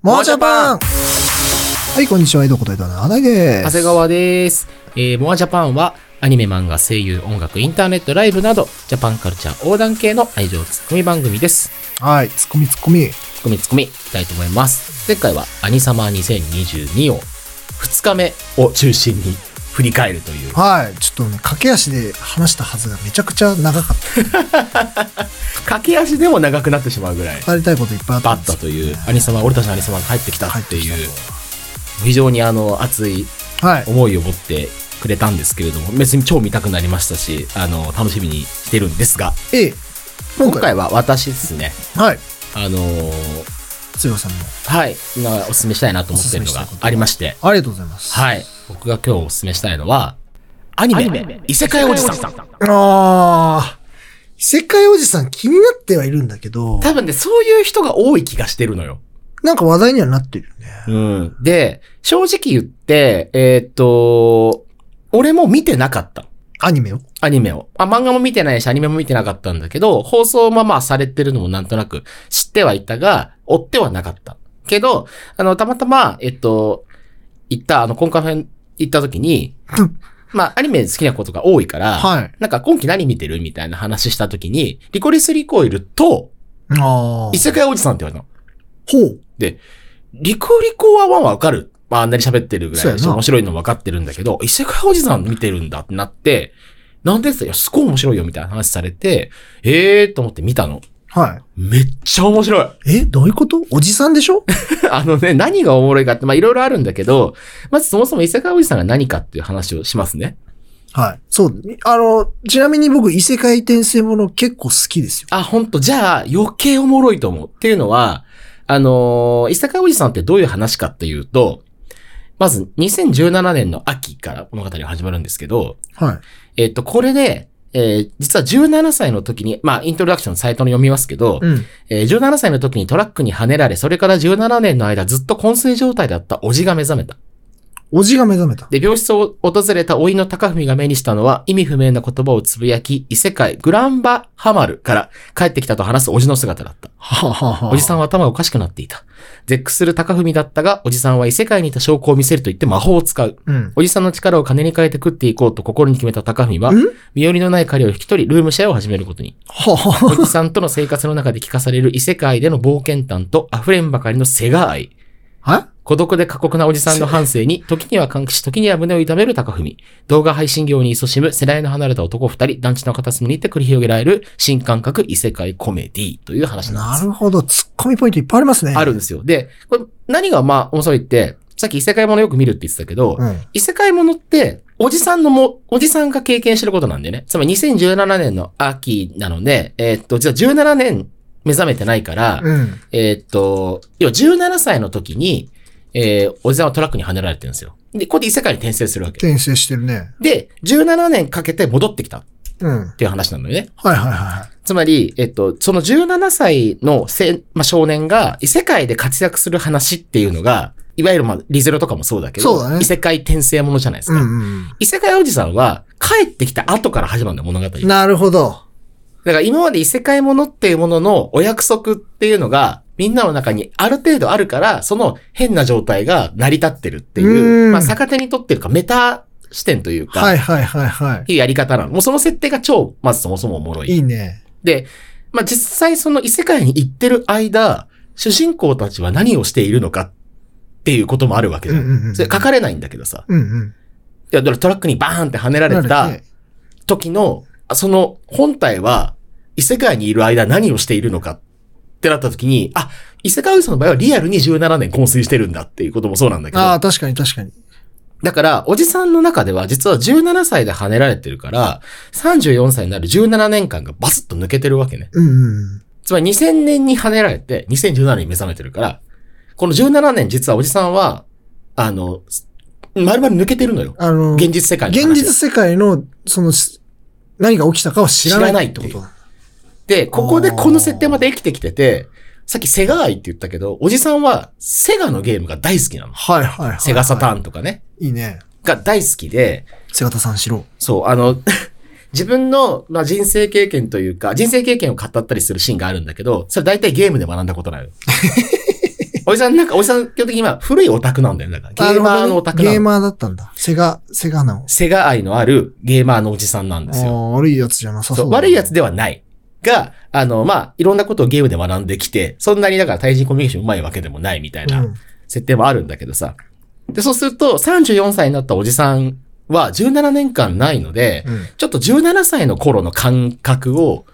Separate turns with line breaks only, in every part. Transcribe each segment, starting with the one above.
モアジャパンはい、こんにちは。井戸こと井戸の穴井で
長
す。
谷川です。えー、モアジャパンは、アニメ、漫画、声優、音楽、インターネット、ライブなど、ジャパンカルチャー横断系の愛情ツッコミ番組です。
はい、ツッコミツッコミ。
ツッコミツッコミ、いきたいと思います。前回は、アニサマ2022を、2日目を中心に振り返るという。
はい、ちょっとね、駆け足で話したはずがめちゃくちゃ長かっ
駆け足でも長くなってしまうぐらい。
た。語りたいこといっぱいあった
バ
んで
ッ
す
タという、アニサマ、俺たちのアニサマが帰ってきたって
帰って
いう
き、
非常にあの、熱い
はい。
思いを持ってくれたんですけれども、別に超見たくなりましたし、あの、楽しみにしてるんですが、
ええ、今
今
回
回は私ですね、
はい、
あのー
つよさんの。
はい、今お勧めしたいなと思ってるのがありまして、
ありがとうございます。
はい、僕が今日お勧めしたいのは、アニメ、異世界おじさん。
あー、異世界おじさん気になってはいるんだけど、
多分ね、そういう人が多い気がしてるのよ。
なんか話題にはなってるよね。
うん。で、正直言って、えーっと、俺も見てなかった。
アニメを。
アニメを。あ、漫画も見てないし、アニメも見てなかったんだけど、放送もまあされてるのもなんとなく知ってはいたが、追ってはなかった。けど、あの、たまたま、えっと、行った、あの、コンカフェ行った 時に
うん、
まあ、アニメ好きなことが多いから、
はい。
なんか今期何見てるみたいな話した時に、リコリスリコイルと、
あ
異
ー。
世界おじさんって言われたの。
ほう。
リコリコはまあわかる。まあ、あんなに喋ってるぐらいだし
そうやな
面白いのわかってるんだけど、異世界おじさん見てるんだってなって、なんでですよ、すごい面白いよみたいな話されて、ええー、と思って見たの。
は
めっちゃ面白い。
い。え、どういうことおじさんでしょ
あのね、何がおもろいかって、まあいろいろあるんだけど、まずそもそも異世界おじさんが何かっていう話をしますね。
はい。そう。あの、ちなみに僕異世界転生もの結構好きですよ。
あ、ほんと、じゃあ余計おもろいと思う。っていうのは、あのー伊坂おじさんってどういう話かっていうと、まず2017年の秋から物語が始まるんですけど、
はい。
えっと、これで、えー実は17歳の時に、まあ、イントロダクションのサイトに読みますけど、
うん。
えー17歳の時にトラックにはねられ、それから17年の間ずっと昏睡状態だったおじが目覚めた。
おじが目覚めた。
で、病室を訪れた老いの高文が目にしたのは、意味不明な言葉をつぶやき、異世界、グランバハマルから帰ってきたと話すおじの姿だった。
はあはあは
おじさん
ん。
は頭がおかしくなっていた。絶句する高文だったが、おじさんは異世界にいた証拠を見せると言って魔法を使う。
うん。
おじさんの力を金に変えて食っていこうと心に決めた高文は
ん、
身寄りのない彼を引き取り、ルームシェアを始めることに。
はあは
おじさんとの生活の中で聞かされる異世界での冒険談と溢れんばかりのセガ愛。
あ。は
孤独で過酷なおじさんの半生に、時には歓喜し、時には胸を痛める高文。動画配信業に勤しむ世代の離れた男二人、団地の片隅にて繰り広げられる新感覚異世界コメディという話なんです。
なるほど。ツッコミポイントいっぱいありますね。
あるんですよ。で、これ何がまあ面白いって、さっき異世界ものよく見るって言ってたけど、
うん。
異世界ものって、おじさんのも、おじさんが経験してることなんだよね。つまり2017年の秋なので、えーっと、実は17年目覚めてないから、
うん。
えーっと、要は17歳の時に、えー、おじさんはトラックにはねられてるんですよ。で、ここで異世界に転生するわけ。
転生してるね。
で、17年かけて戻ってきたっ
うん。はい
ていう話なんだよね。
はいはいはい。
つまり、えっと、その17歳のせ、まあ、少年が異世界で活躍する話っていうのが、いわゆる、まあ、リゼロとかもそうだけど、
そうだね
異世界転生ものじゃないです
う
か。
ん
異世界おじさんは、帰ってきた後から始まるんだよ、物語。
うん。
だか
なるほど。
ら今まで異世界ものっていうもののお約束っていうのが、みんなの中にある程度あるから、その変な状態が成り立ってるっていうう、
ん
まあ、逆手にとってるか、メタ視点というか、、
はいいはいはいは
いうやり方なの。もうその設定が超、まずそもそもおもろい
い。い。いね。
で、まあ、実際その異世界に行ってる間、主人公たちは何をしているのかっていうこともあるわけ
う
じ
ん
ゃ。
うんんうん。
それ書かれないんだけどさ。
うんうん。
いや、だからトラックにバーンって跳ねられ
慣
た
れて
時の、あその本体は異世界にいる間何をしているのかってなった時に、あ、異世界ウイルスの場合はリアルに17年昏睡してるんだっていうこともそうなんだけど
あ。あ、確かに確かに。
だから、おじさんの中では実は17歳で跳ねられてるから、34歳になる17年間がバスッと抜けてるわけね。
うんうん
つまり2000年に跳ねられて、2017年に目覚めてるから、この17年実はおじさんは、あの、丸々抜けてるのよ。
あの、
現
現
実世界の話
実世界の、その、し何が起きたかは知らない。
知らないっていう
ことだ。
で、ここでこの設定まで生きてきてて、さっきセガ愛って言ったけど、おじさんはセガのゲームが大好きなの。
はいはいはい。
セガサターンとかね。
いいね。
が大好きで、
セガタさんしろ。
そう、あの、 自分の、まあ、人生経験 というか、人生経験を語ったりするシーンがあるんだけど、それ大体ゲームで学んだことなのよ。おじさん、なんか、おじさん、基本的に今、古いオタクなんだよ。なんか、ゲーマーのオタク
なるほどね
な
ゲー
の。
マーだったんだ。セガ、セガの。
セガ愛のあるゲーマーのおじさんなんですよ。
あー悪いやつじゃなさ
そ
そうう。
悪いやつではない。が、あの、まあ、いろんなことをゲームで学んできて、そんなにだから対人コミュニケーションうまいわけでもないみたいな
うん
設定もあるんだけどさ。で、そうすると、34歳になったおじさんは17年間ないので、
うん
ちょっと17歳の頃の感覚を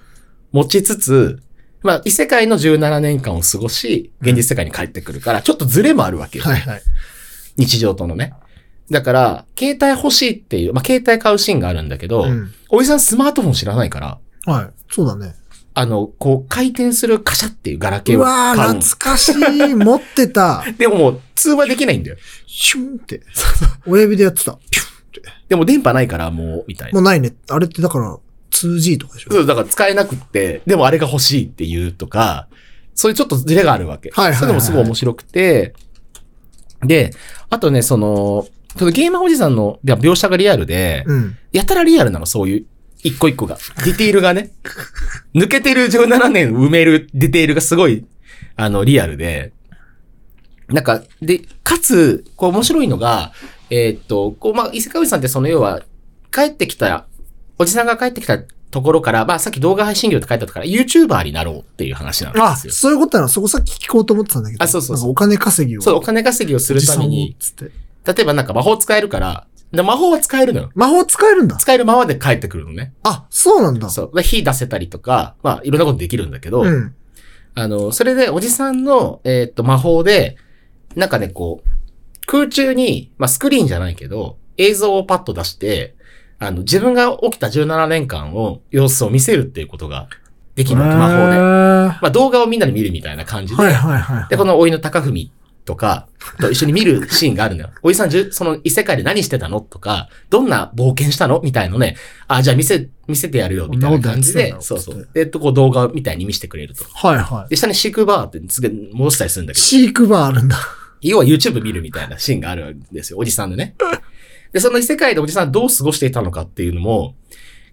持ちつつ、まあ、異世界の17年間を過ごし、現実世界に帰ってくるから、ちょっとズレもあるわけよ。
はいはい。
日常とのね。だから、携帯欲しいっていう、まあ、携帯買うシーンがあるんだけど、
うん
おじさんスマートフォン知らないから、
はい。そうだね。
あの、こう、回転するカシャっていうガラケー
う
を
わ
買う
ー、
の。
懐かしい。持ってた。
でももう、通話できないんだよ。
シュンって。親指でやってた。ピュンって。
でも電波ないから、もう、みたい
も
な。
うないね。あれってだから 2G とかでしょ
そう、だから使えなくって、でもあれが欲しいっていうとか、そういうちょっとズレがあるわけ。
はいはいはい
そういうのもすごい面白くて、で、あとね、その、そのゲーマーおじさんのでは描写がリアルで、
うん。
やたらリアルなの、そういう、一個一個が。ディテールがね、抜けてる17年埋めるディテールがすごい、あの、リアルで、なんか、で、かつ、こう面白いのが、えーっと、こう、まあ、伊勢川内さんってその要は、帰ってきた、おじさんが帰ってきたところから、まあ、さっき動画配信業って書いてあったから、YouTuber になろうっていう話なん
あ、
ですよ。
そういうことなのそこさっき聞こうと思ってたんだけど。
あそうそうそ
なん
う
かお金稼ぎを。
そう、お金稼ぎをするために、
おじさんをつって
例えばなんか魔法使えるから、で魔法は使えるのよ。
魔法使えるんだ。
使えるままで帰ってくるのね。
あ、そうなんだ。
そう。で火出せたりとか、まあ、いろんなことできるんだけど、
うん。
あの、それでおじさんの、えーっと、魔法で、なんかね、こう、空中に、まあ、スクリーンじゃないけど、映像をパッと出して、あの、自分が起きた17年間を、様子を見せるっていうことができるわけ魔法で。
は
まあ、動画をみんなで見るみたいな感じ
い
で、
はいはい。
で、このおいの高文とか、と一緒に見るシーンがあるのよ。 おいさん、じゅその異世界で何してたのとか、どんな冒険したのみたいのね。あ、じゃあ見せ、見せてやるよ、みたいな感じで。
こんなこと
そ
や
う
ってた
そ
んだ
う。で、とこう動画みたいに見せてくれると。
はいはい。
で、下にシークバーってすぐ戻したりするんだけど、
飼育バーあるんだ。
要は YouTube 見るみたいなシーンがあるんですよ、おじさん でね。で、その異世界でおじさんどう過ごしていたのかっていうのも、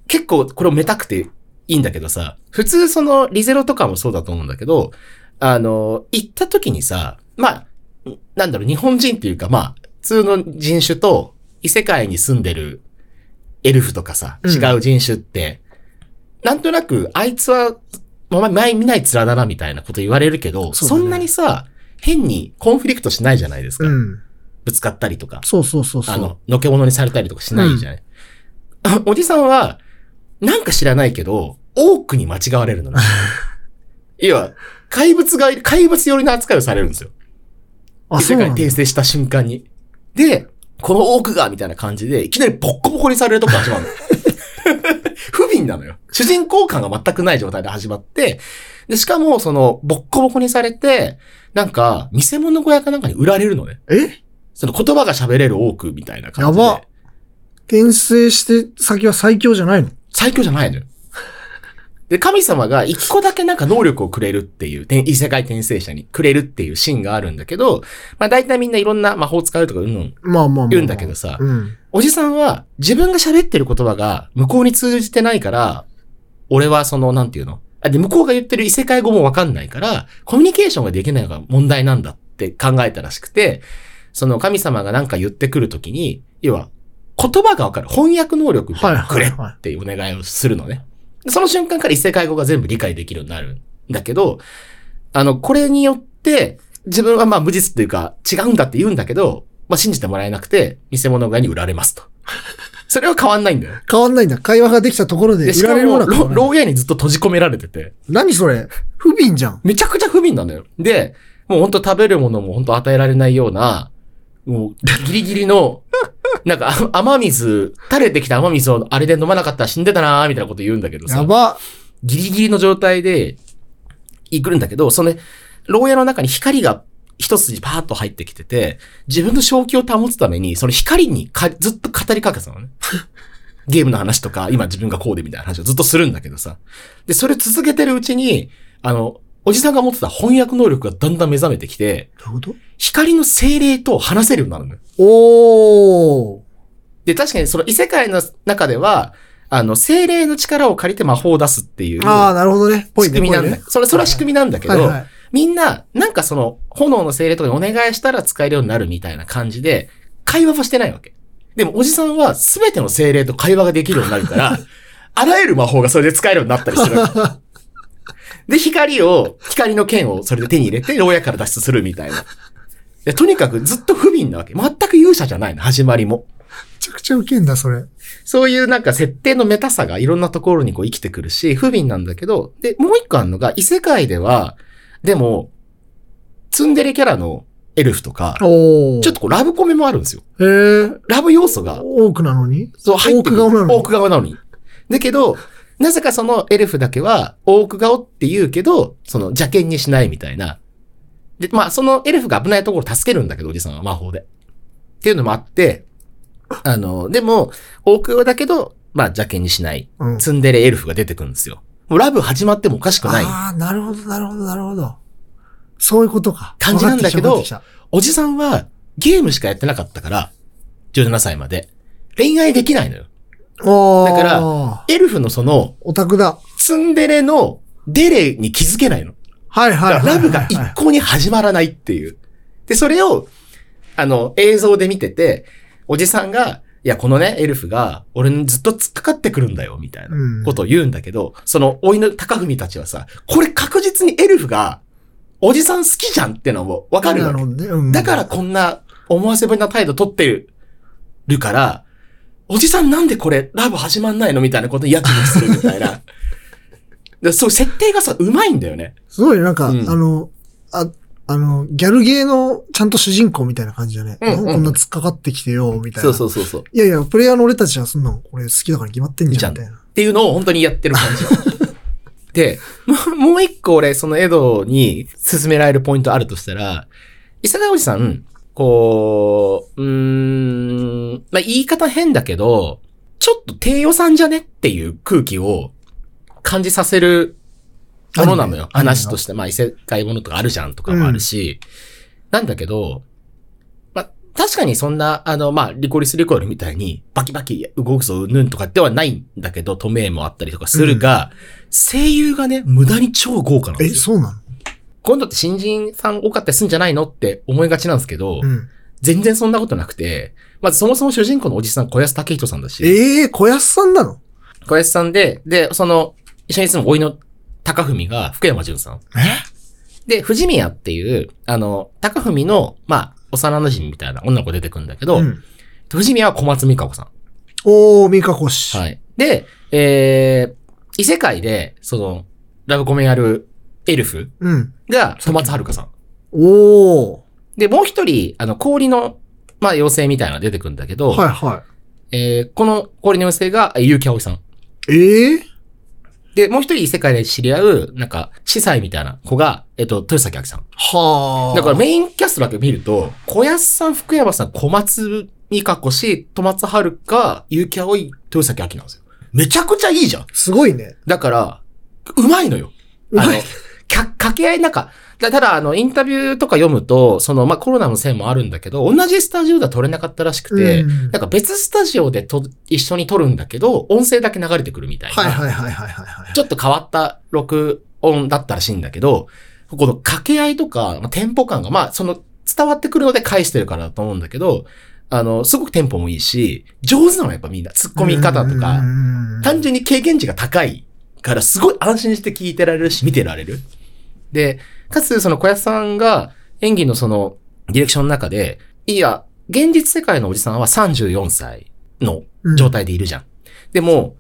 結構これをめたくていいんだけどさ、普通そのリゼロとかもそうだと思うんだけど、あの、行った時にさ、まあ、なんだろう、日本人っていうか、まあ、普通の人種と異世界に住んでるエルフとかさ、
うん
違う人種って、なんとなく、あいつは、まあ、前見ない面だな、みたいなこと言われるけど、そ,、
そうだね
んなにさ、変にコンフリクトしないじゃないですか。
うん。
ぶつかったりとか、
そうそうそうそ
あ
う。
の、のけものにされたりとかしないじゃない。おじさんは、なんか知らないけど、多くに間違われ るのね。いや、怪物がいる、怪物寄りの扱いをされるんですよ。
あ、
異
そ
世
う
界
な
に
んだ。
訂正した瞬間に。で、この多くが、みたいな感じで、いきなりボッコボコにされるとこ始 まるの。不憫なのよ。主人公感が全くない状態で始まって、で、しかも、その、ボッコボコにされて、なんか、見せ物小屋かなんかに売られるのね。
え
その言葉が喋れる多くみたいな感じで。
やば転生して先は最強じゃないの
最強じゃないのよ。で、神様が一個だけなんか能力をくれるっていう、てん異世界転生者にくれるっていうシーンがあるんだけど、まあ大体みんないろんな魔法を使うとかうんぬん
まあまあまあまあ。
言うんだけどさ、
うん。
おじさんは自分が喋ってる言葉が向こうに通じてないから、俺はその、なんていうのあで、向こうが言ってる異世界語もわかんないから、コミュニケーションができないのが問題なんだって考えたらしくて、その神様がなんか言ってくるときに、要は、言葉がわかる。翻訳能力みたいなのをくれ
はいはいはい
っていうお願いをするのね。でその瞬間から異世界語が全部理解できるようになるんだけど、あの、これによって、自分はまあ無実というか違うんだって言うんだけど、まあ信じてもらえなくて、偽物側に売られますと。 それは変わんないんだよ。
変わんないんだ。会話ができたところで
で、
い
し
ら
か
れるも
も、
のは変わ
ろ
らない
牢屋にずっと閉じ込められてて、
何それ不憫じゃん。
めちゃくちゃ不憫なんだよ。で、もうほんと食べるものもほんと与えられないような、もうギリギリの、なんかあ 雨水、垂れてきた雨水をあれで飲まなかったら死んでたなーみたいなこと言うんだけどさ。
やば。
ギリギリの状態で行くんだけど、そのね、牢屋の中に光が一筋パーッと入ってきてて、自分の正気を保つために、その光にかずっと語りかけてたのね。 ゲームの話とか、今自分がこうでみたいな話をずっとするんだけどさ。で、それ続けてるうちに、あの、おじさんが持ってた翻訳能力がだんだん目覚めてきて、
どういうこと
光の精霊と話せるようになるのよ。
おー。
で、確かにその異世界の中では、あの、精霊の力を借りて魔法を出すっていう。
ああ、なるほどね。ぽい
仕
ね
組みなんだ。
ぽいね
それ、それは仕組みなんだけど、
はいはい。
みんな、なんかその、炎の精霊とかにお願いしたら使えるようになるみたいな感じで、会話もしてないわけ。でも、おじさんは全ての精霊と会話ができるようにな るから、あらゆる魔法がそれで使えるようになったりするわけ。で、光を、光の剣をそれで手に入れて、牢屋から脱出するみたいな。でとにかくずっと不憫なわけ。全く勇者じゃないの、始まりも。
ちゃくちゃウケんだ、それ。
そういうなんか設定のメタさがいろんなところにこう生きてくるし、不憫なんだけど、で、もう一個あるのが、異世界では、でも、ツンデレキャラのエルフとか、
お
ちょ
と。
っとこうラブコメもあるんですよ。
へえ。
ラブ要素が、
多くなのに
そう入ってくる。
オーク顔なのに
オーク顔なのに。だけど、なぜかそのエルフだけは、オーク顔って言うけど、その邪険にしないみたいな。で、まあ、そのエルフが危ないところを助けるんだけど、おじさんは魔法で。っていうのもあって、あの、でも、オーク顔だけど、まあ、邪険にしない。
うん。
ツンデレエルフが出てくるんですよ。もうラブ始まってもおかしくない。
ああ、なるほど、なるほど、なるほど。そういうことか。
感じなんだけど
わかってきたわかってき
おじさんはゲームしかやってなかったから、17歳まで。恋愛できないのよ。
たおー
だからエルフのその、
オタクだ。
ツンデレのデレに気づけないの。
はいはい
だ
はい
から
はい。
ラブが一向に始まらないっていう。で、それを、あの、映像で見てて、おじさんが、いや、このね、エルフが、俺にずっと突っかかってくるんだよ、みたいな
うん
ことを言うんだけど、その、おいの高文たちはさ、これ確実にエルフが、おじさん好きじゃんってのもわかる
な
わ
る
け
ほ。どね。うん
だから、こんな思わせぶりな態度取ってるるから、おじさんなんでこれラブ始まんないのみたいなことにやきにするみたい な。でそう、設定がさ、うまいんだよね。
すごいねなんか、
うん
あの、あ、あの、ギャルゲーのちゃんと主人公みたいな感じだね。
うんうん
なんかこんな突っかかってきてよ、みたいな。
そうそうそうそう。
いやいや、プレイヤーの俺たちはそんなの俺好きだから決まってんじゃん、み
じ
たいな。
っていうのを本当にやってる感じ。で、もうもう一個俺、そのエドに勧められるポイントあるとしたら、伊坂おじさん、こう、うーん、まあ、言い方変だけど、ちょっと低予算じゃねっていう空気を感じさせるものなのよ。
アニメ
話として、まあ、異世界ものとかあるじゃんとかもあるし、なんだけど、まあ、確かにそんな、あの、まあ、リコリスリコールみたいに、バキバキ動くぞ、うんぬんとかではないんだけど、透明もあったりとかするが、声優がね、無駄に超豪華なんで
え、
す
そ
よ。
うな
今度って新人さん多かったりするんじゃないのって思いがちなんですけ
の
ど、
うん。
全然そんなことなくて、まずそもそも主人公のおじさん小安武人さんだし、
ええ小安さんなの
小安さんで、で、その、一緒に住む甥の高文が福山潤さん。
え
で、藤宮っていう、あの、高文の、まあ、幼馴染みたいな女の子出てくるんだけど、
うん。
藤宮は小松美香子さん。
おー、ミカコ氏。
はい。で、えー、異世界で、その、ラブコメやるエルフ
うん。
が、戸松遥さん。
おー。
で、もう一人、あの、氷の、まあ、妖精みたいなのが出てくるんだけど、
はいは
えーこの氷の妖精が、えー結城葵さん。
い。ええ
で、もう一人異世界で知り合う、なんか、司祭みたいな子が、えっ、と、豊崎明さん。
はー。
だからメインキャストだけ見ると、小安さん、福山さん、小松美香子氏、戸松遥か、結城葵、豊崎明なんですよ。めちゃくちゃいいじゃん。
すごいね。
だから、うまいのよ。
う
あの
まい。、
か、掛け合いなんか、だただ、あの、インタビューとか読むと、その、まあ、コロナのせいもあるんだけど、同じスタジオでは撮れなかったらしくて、
うん
なんか別スタジオでと、一緒に撮るんだけど、音声だけ流れてくるみたいな。
はいはいはいはいはいはい。
ちょっと変わった録音だったらしいんだけど、この掛け合いとか、まあ、テンポ感が、まあ、その、伝わってくるので返してるからだと思うんだけど、あの、すごくテンポもいいし、上手なのやっぱみんな、突っ込み方とか、
か
単純に経験値が高いから、すごい安心して聞いてられるし、見てられる。で、かつ、その小安さんが演技のその、ディレクションの中で、いや、現実世界のおじさんは34歳の状態でいるじゃん。でも、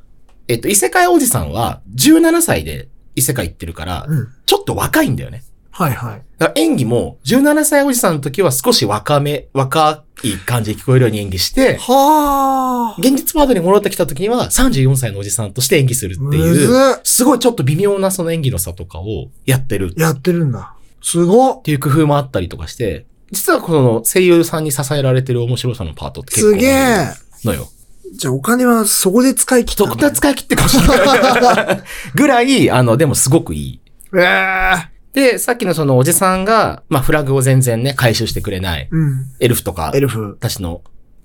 えっと、異世界おじさんは17歳で異世界行ってるから、
うん。うん。
ちょっと若いんだよね。
はいはい。
だから演技も、17歳おじさんの時は少し若め、若い感じで聞こえるように演技して、
はー。
現実ワードに戻ってきた時には34歳のおじさんとして演技するって
む
いう、
ずっ
すごいちょっと微妙なその演技の差とかをやってるっ
やってるんだ。すごって
いう工夫もあったりとかして、実はこの声優さんに支えられてる面白さのパートって結
す
構
げ
あ
え
るのよ。
じゃあお金はそこで使い切った
ド
の
クター使い切って かもしれない。ぐらい、あの、でもすごくいい。
え
で、さっきのそのおじさんが、まあフラグを全然ね、回収してくれない
え。うん。
エルフとか
エ、ルフ。
私の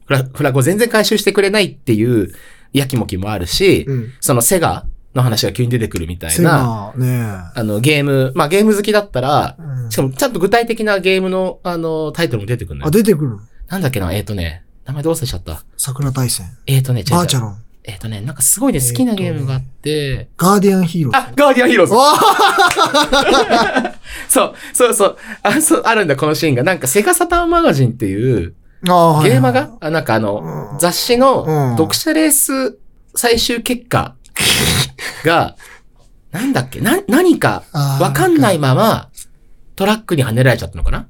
フラフラグを全然回収してくれないっていう、やきもきもあるし、
うん。
そのセガの話が急に出てくるみたい
セ
な、
ガね
あの、ゲーム、まあゲーム好きだったら、
うん
しかもちゃんと具体的なゲームの、あの、タイトルも出てくるの
あ、
よ。
出てくる。
なんだっけな、えっ、ー、とね、名前どうせしちゃった。
桜大戦。
えっ、ー、とね、違う違う
バーチャロン。
えっ、とね、なんかすごいね、好きなゲームがあって、
ガーディアンヒーロー。
あ、ガーディアンヒーローズ
わ
そう、そうそう。あ、そう、あるんだ、このシーンが。なんか、セガサターンマガジンっていう、
あ
ゲーマーが、あなんかあの、
が
雑誌
うん
の読者レース最終結果が、なんだっけな、何かわかんないまま、トラックに跳ねられちゃったのかな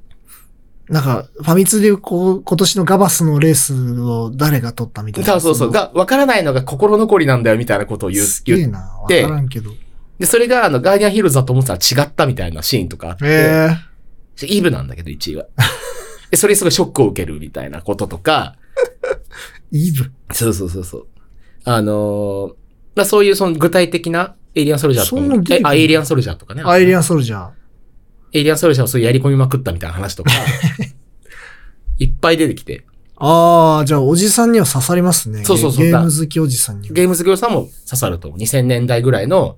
なんか、ファミ通でこう、今年のガバスのレースを誰が取ったみたいな。
そうそうそう。が、わからないのが心残りなんだよ、みたいなことを言う
す。げえ
言う。
な。わからんけど。
で、それが、あの、ガーディアンヒーローズだと思ってたら違ったみたいなシーンとかあって。
え
イブなんだけど、1位は。 でそれにすごいショックを受けるみたいなこととか、
えイブ。
そうそうそうそう。あのーまあ、そういうその具体的なエイリアンソルジャーとか
そんな
も
の出てくる
えあエイリアンソルジャーとかね。
アイリア
ン。
ンソルジャー。
エイリアンソルジャーをそういうやり込みまくったみたいな 話とか、いっぱい出てきて、
ああ、じゃあおじさんには刺さりますね。
そうそうそう
ゲゲーム好きおじさんには。
ゲーム好きのさんも刺さると思う。2000年代ぐらいの、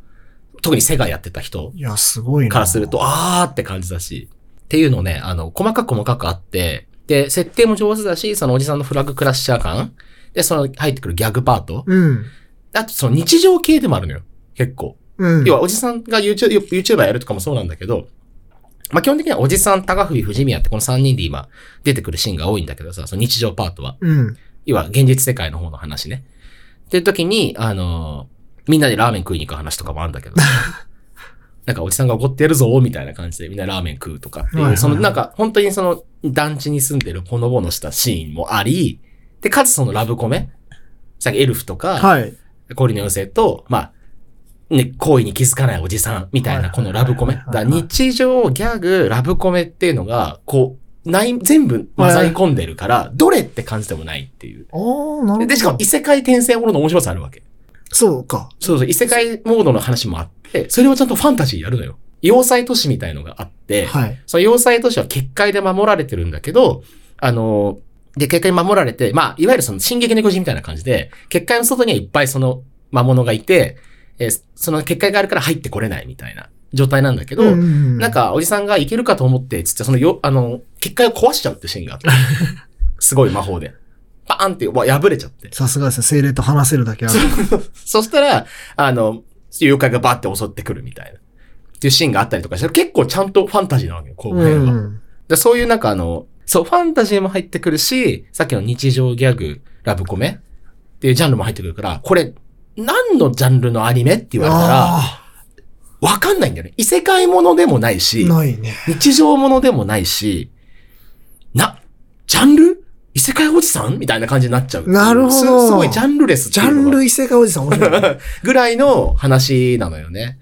特にセガやってた人
いや、すごいな。
からすると、あーって感じだし、っていうのね、あの、細かく細かくあって、で、設定も上手だし、そのおじさんのフラグクラッシャー感、で、その入ってくるギャグパート、
うん。
あとその日常系でもあるのよ。結構。
うん。
要はおじさんが YouTube、YouTuber やるとかもそうなんだけど、まあ、基本的にはおじさん、高藤、藤宮ってこの3人で今出てくるシーンが多いんだけどさ、その日常パートは。
うん。
要は現実世界の方の話ね。っていう時に、あのーみんなでラーメン食いに行く話とかもあるんだけ どさなんかおじさんが怒ってやるぞ、みたいな感じでみんなラーメン食うとかって
はい
い、
はいう
そのなんか本当にその団地に住んでるほのぼのしたシーンもあり、で、かつそのラブコメさっきエルフとか、
はい。
氷の妖精と、まあ、ね、行為に気づかないおじさんみたい
はい
な、このラブコメ。だ
はい
から日常、ギャグ、ラブコメっていうのが、こう、ない、全部混ざり込んでるから、どれって感じでもないっていう。
ああ、なるほど。
で、しかも異世界転生ものの面白さあるわけ。
そうか。
そうそう、異世界モードの話もあって、それをちゃんとファンタジーやるのよ。要塞都市みたいのがあって、
はい。
その要塞都市は結界で守られてるんだけど、あの、で、結界に守られて、まあ、いわゆるその、進撃の巨人みたいな感じで、結界の外にはいっぱいその魔物がいて、えーその結界があるから入ってこれないみたいな状態なんだけど、
うんうんうん
なん、か、おじさんがいけるかと思って、つって、そのよ、あの、結界を壊しちゃうってシーンがあ って、すごい魔法で。バーンって、わ破れちゃって。
さすがですね、精霊と話せるだけある。
そしたら、あの、妖怪がバーって襲ってくるみたいな。っていうシーンがあったりとかして、結構ちゃんとファンタジーなわけよ、こ
う
う、
ん
は。
うん。
でそういうなんかあの、そう、ファンタジーも入ってくるし、さっきの日常ギャグ、ラブコメっていうジャンルも入ってくるから、これ、何のジャンルのアニメって言われたら、
あ
わかんないんだよね。異世界ものでもない
ー
し、
ないね。
日常ものでもないし、な、ジャンル異世界おじさんみたいな感じになっちゃう。
なるほど
す。すごいジャンルレスっ
ジ
ていう
ャ
のが
ンル異世界おじさん面 白いね。
ぐらいの話なのよね。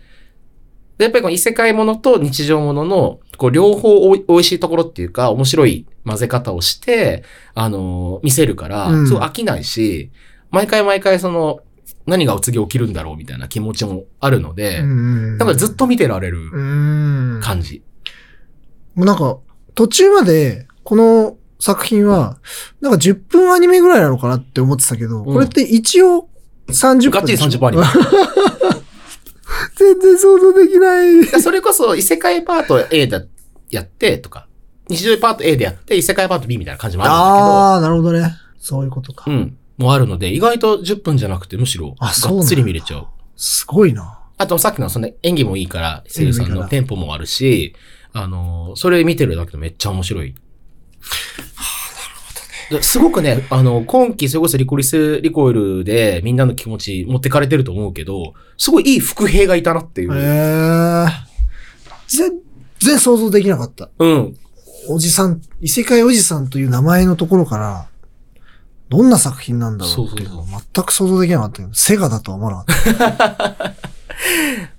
で、やっぱりこの異世界ものと日常ものの、こう、両方おい美味しいところっていうか、面白い混ぜ方をして、あのー見せるから、
うん
そう飽きないし、毎回毎回その、何がお次起きるんだろうみたいな気持ちもあるので、
うん
なんかずっ。と見てられる
うん。も
感じ。
うなんか、途中まで、この作品は、なんか10分アニメぐらいなのかなって思ってたけど、
ん
これって一応30分。
がっちり30分アニメ。
全然想像できない。
でそれこそ異世界パート A だ、やって、とか、日常パート A でやって、異世界パート B みたいな感じもあるんだけど、
ああ、なるほどね。そういうことか
う。ん。もあるので、意外と10分じゃなくて、むしろ、が
あそうなんだ
っつり見れちゃう。
すごいな。
あと、さっきのその演技もいいから、声優さ
い
ん
いか
の
ら
テンポもあるし、あのー、それ見てるだけでめっちゃ面白い。ですごくね、あの、今期、それこそリコリス・リコイルでみんなの気持ち持ってかれてると思うけど、すごいいい副兵がいたなってい
え
う。
ー。全然想像できなかった。
うん。
おじさん、異世界おじさんという名前のところから、どんな作品なんだろうっていうのを全く想像できなかったけど、セガだとは思わなかっ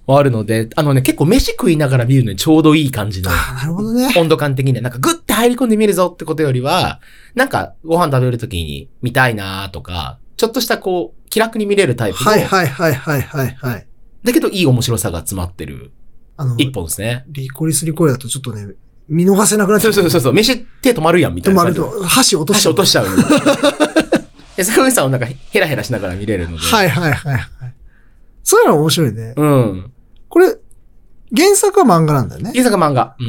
あるので、あのね、結構飯食いながら見るのにちょうどいい感じの。
た。なるほど ね。
温度感的にね、なんかグッて入り込んで見るぞってことよりは、なんかご飯食べるときに見たいなーとか、ちょっとしたこう、気楽に見れるタイプの、
はいはいはいはいはいはい。
だけどいい面白さが詰まってる
あの、
一本ですね。
リコリスリコリだとちょっとね、見逃せなくなっち
そ
ゃ
う
う。
そうそうそう、飯手止まるやんみた
止
いな
まる
感じで。
と、箸落とし
箸
ちゃう
落。としちゃう。 で、坂口さんをなんかヘラヘラしながら見れるので、
はいはいはいはい。そういうの面白いね。
うん。
これ、原作は漫画なんだよね。
原作漫画。うん。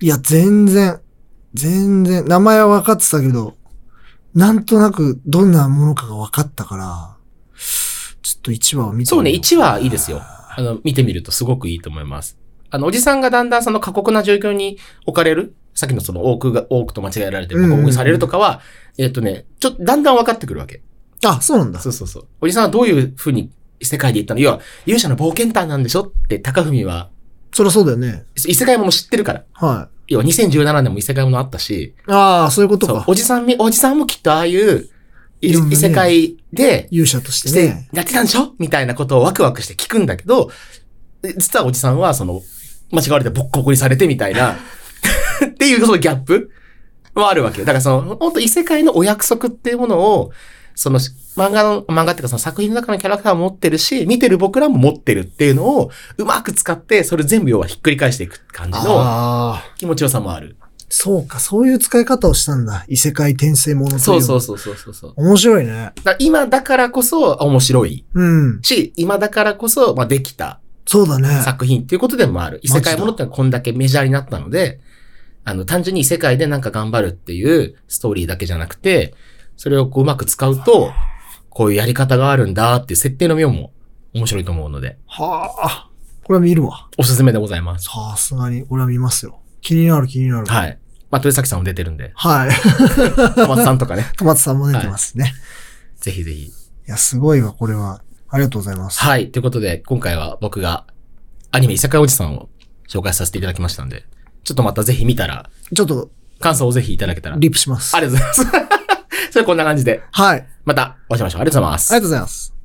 いや、全然、全然、名前は分かってたけど、なんとなくどんなものかが分かったから、ちょっと1話を見てみよ
そうね、1話いいですよ。あの、見てみるとすごくいいと思います。あの、おじさんがだんだんその過酷な状況に置かれる、さっきのその多くが、多くと間違えられて、
うんうんうん
多くされるとかは、えっとね、ちょっとだんだん分かってくるわけ。
あ、そうなんだ。
そうそうそう。おじさんはどういう風に世界で行ったの要は、勇者の冒険団なんでしょって、高文は、
そりゃそうだよね。
異世界もの知ってるから。
は
要は2017年も異世界ものあったし、
い。ああ、そういうこと
そう
か。
おじさんみ、おじさんもきっとああいう、い
いろんなね
異世界で、
勇者とし
してて
ね。
やってたんでしょみたいなことをワクワクして聞くんだけど、実はおじさんはその、間違われてボッコボコにされてみたいな、 っていうそのギャップはあるわけよ。だからその、本当異世界のお約束っていうものを、その漫画の、漫画っていうかその作品の中のキャラクターも持ってるし、見てる僕らも持ってるっていうのをうまく使って、それ全部要はひっくり返していく感じの
ああ、
気持ちよさもある。
そうか、そういう使い方をしたんだ。異世界転生ものという。
そうそうそうそうそうそう。
面白いね。
だから今だからこそ面白い
うん。
し、今だからこそ、まあ、できた
そうだね。
作品っていうことでもある。異世界ものってのはこんだけメジャーになったので、あの、単純に異世界でなんか頑張るっていうストーリーだけじゃなくて、それをこううまく使うと、こういうやり方があるんだっていう設定の妙も面白いと思うので、
はあ。これは見るわ。
おすすめでございます。
さすがに、これは見ますよ。気になる気になる。い。
はい。まあ、豊崎さんも出てるんで、
はい。
小松さんとかね、
トマトさんも出てますね。
ぜひぜひ。
いや、すごいわ、これは。ありがとうございます。
はい。ということで、今回は僕がアニメ異世界おじさんを紹介させていただきましたんで、ちょっとまたぜひ見たら、
ちょっと、
感想をぜひいただけたら。あり
リップします。
がとうございます。それこんな感じで、
はい。あり
またお会いしましょう。ありがとうございます
がと。うございます。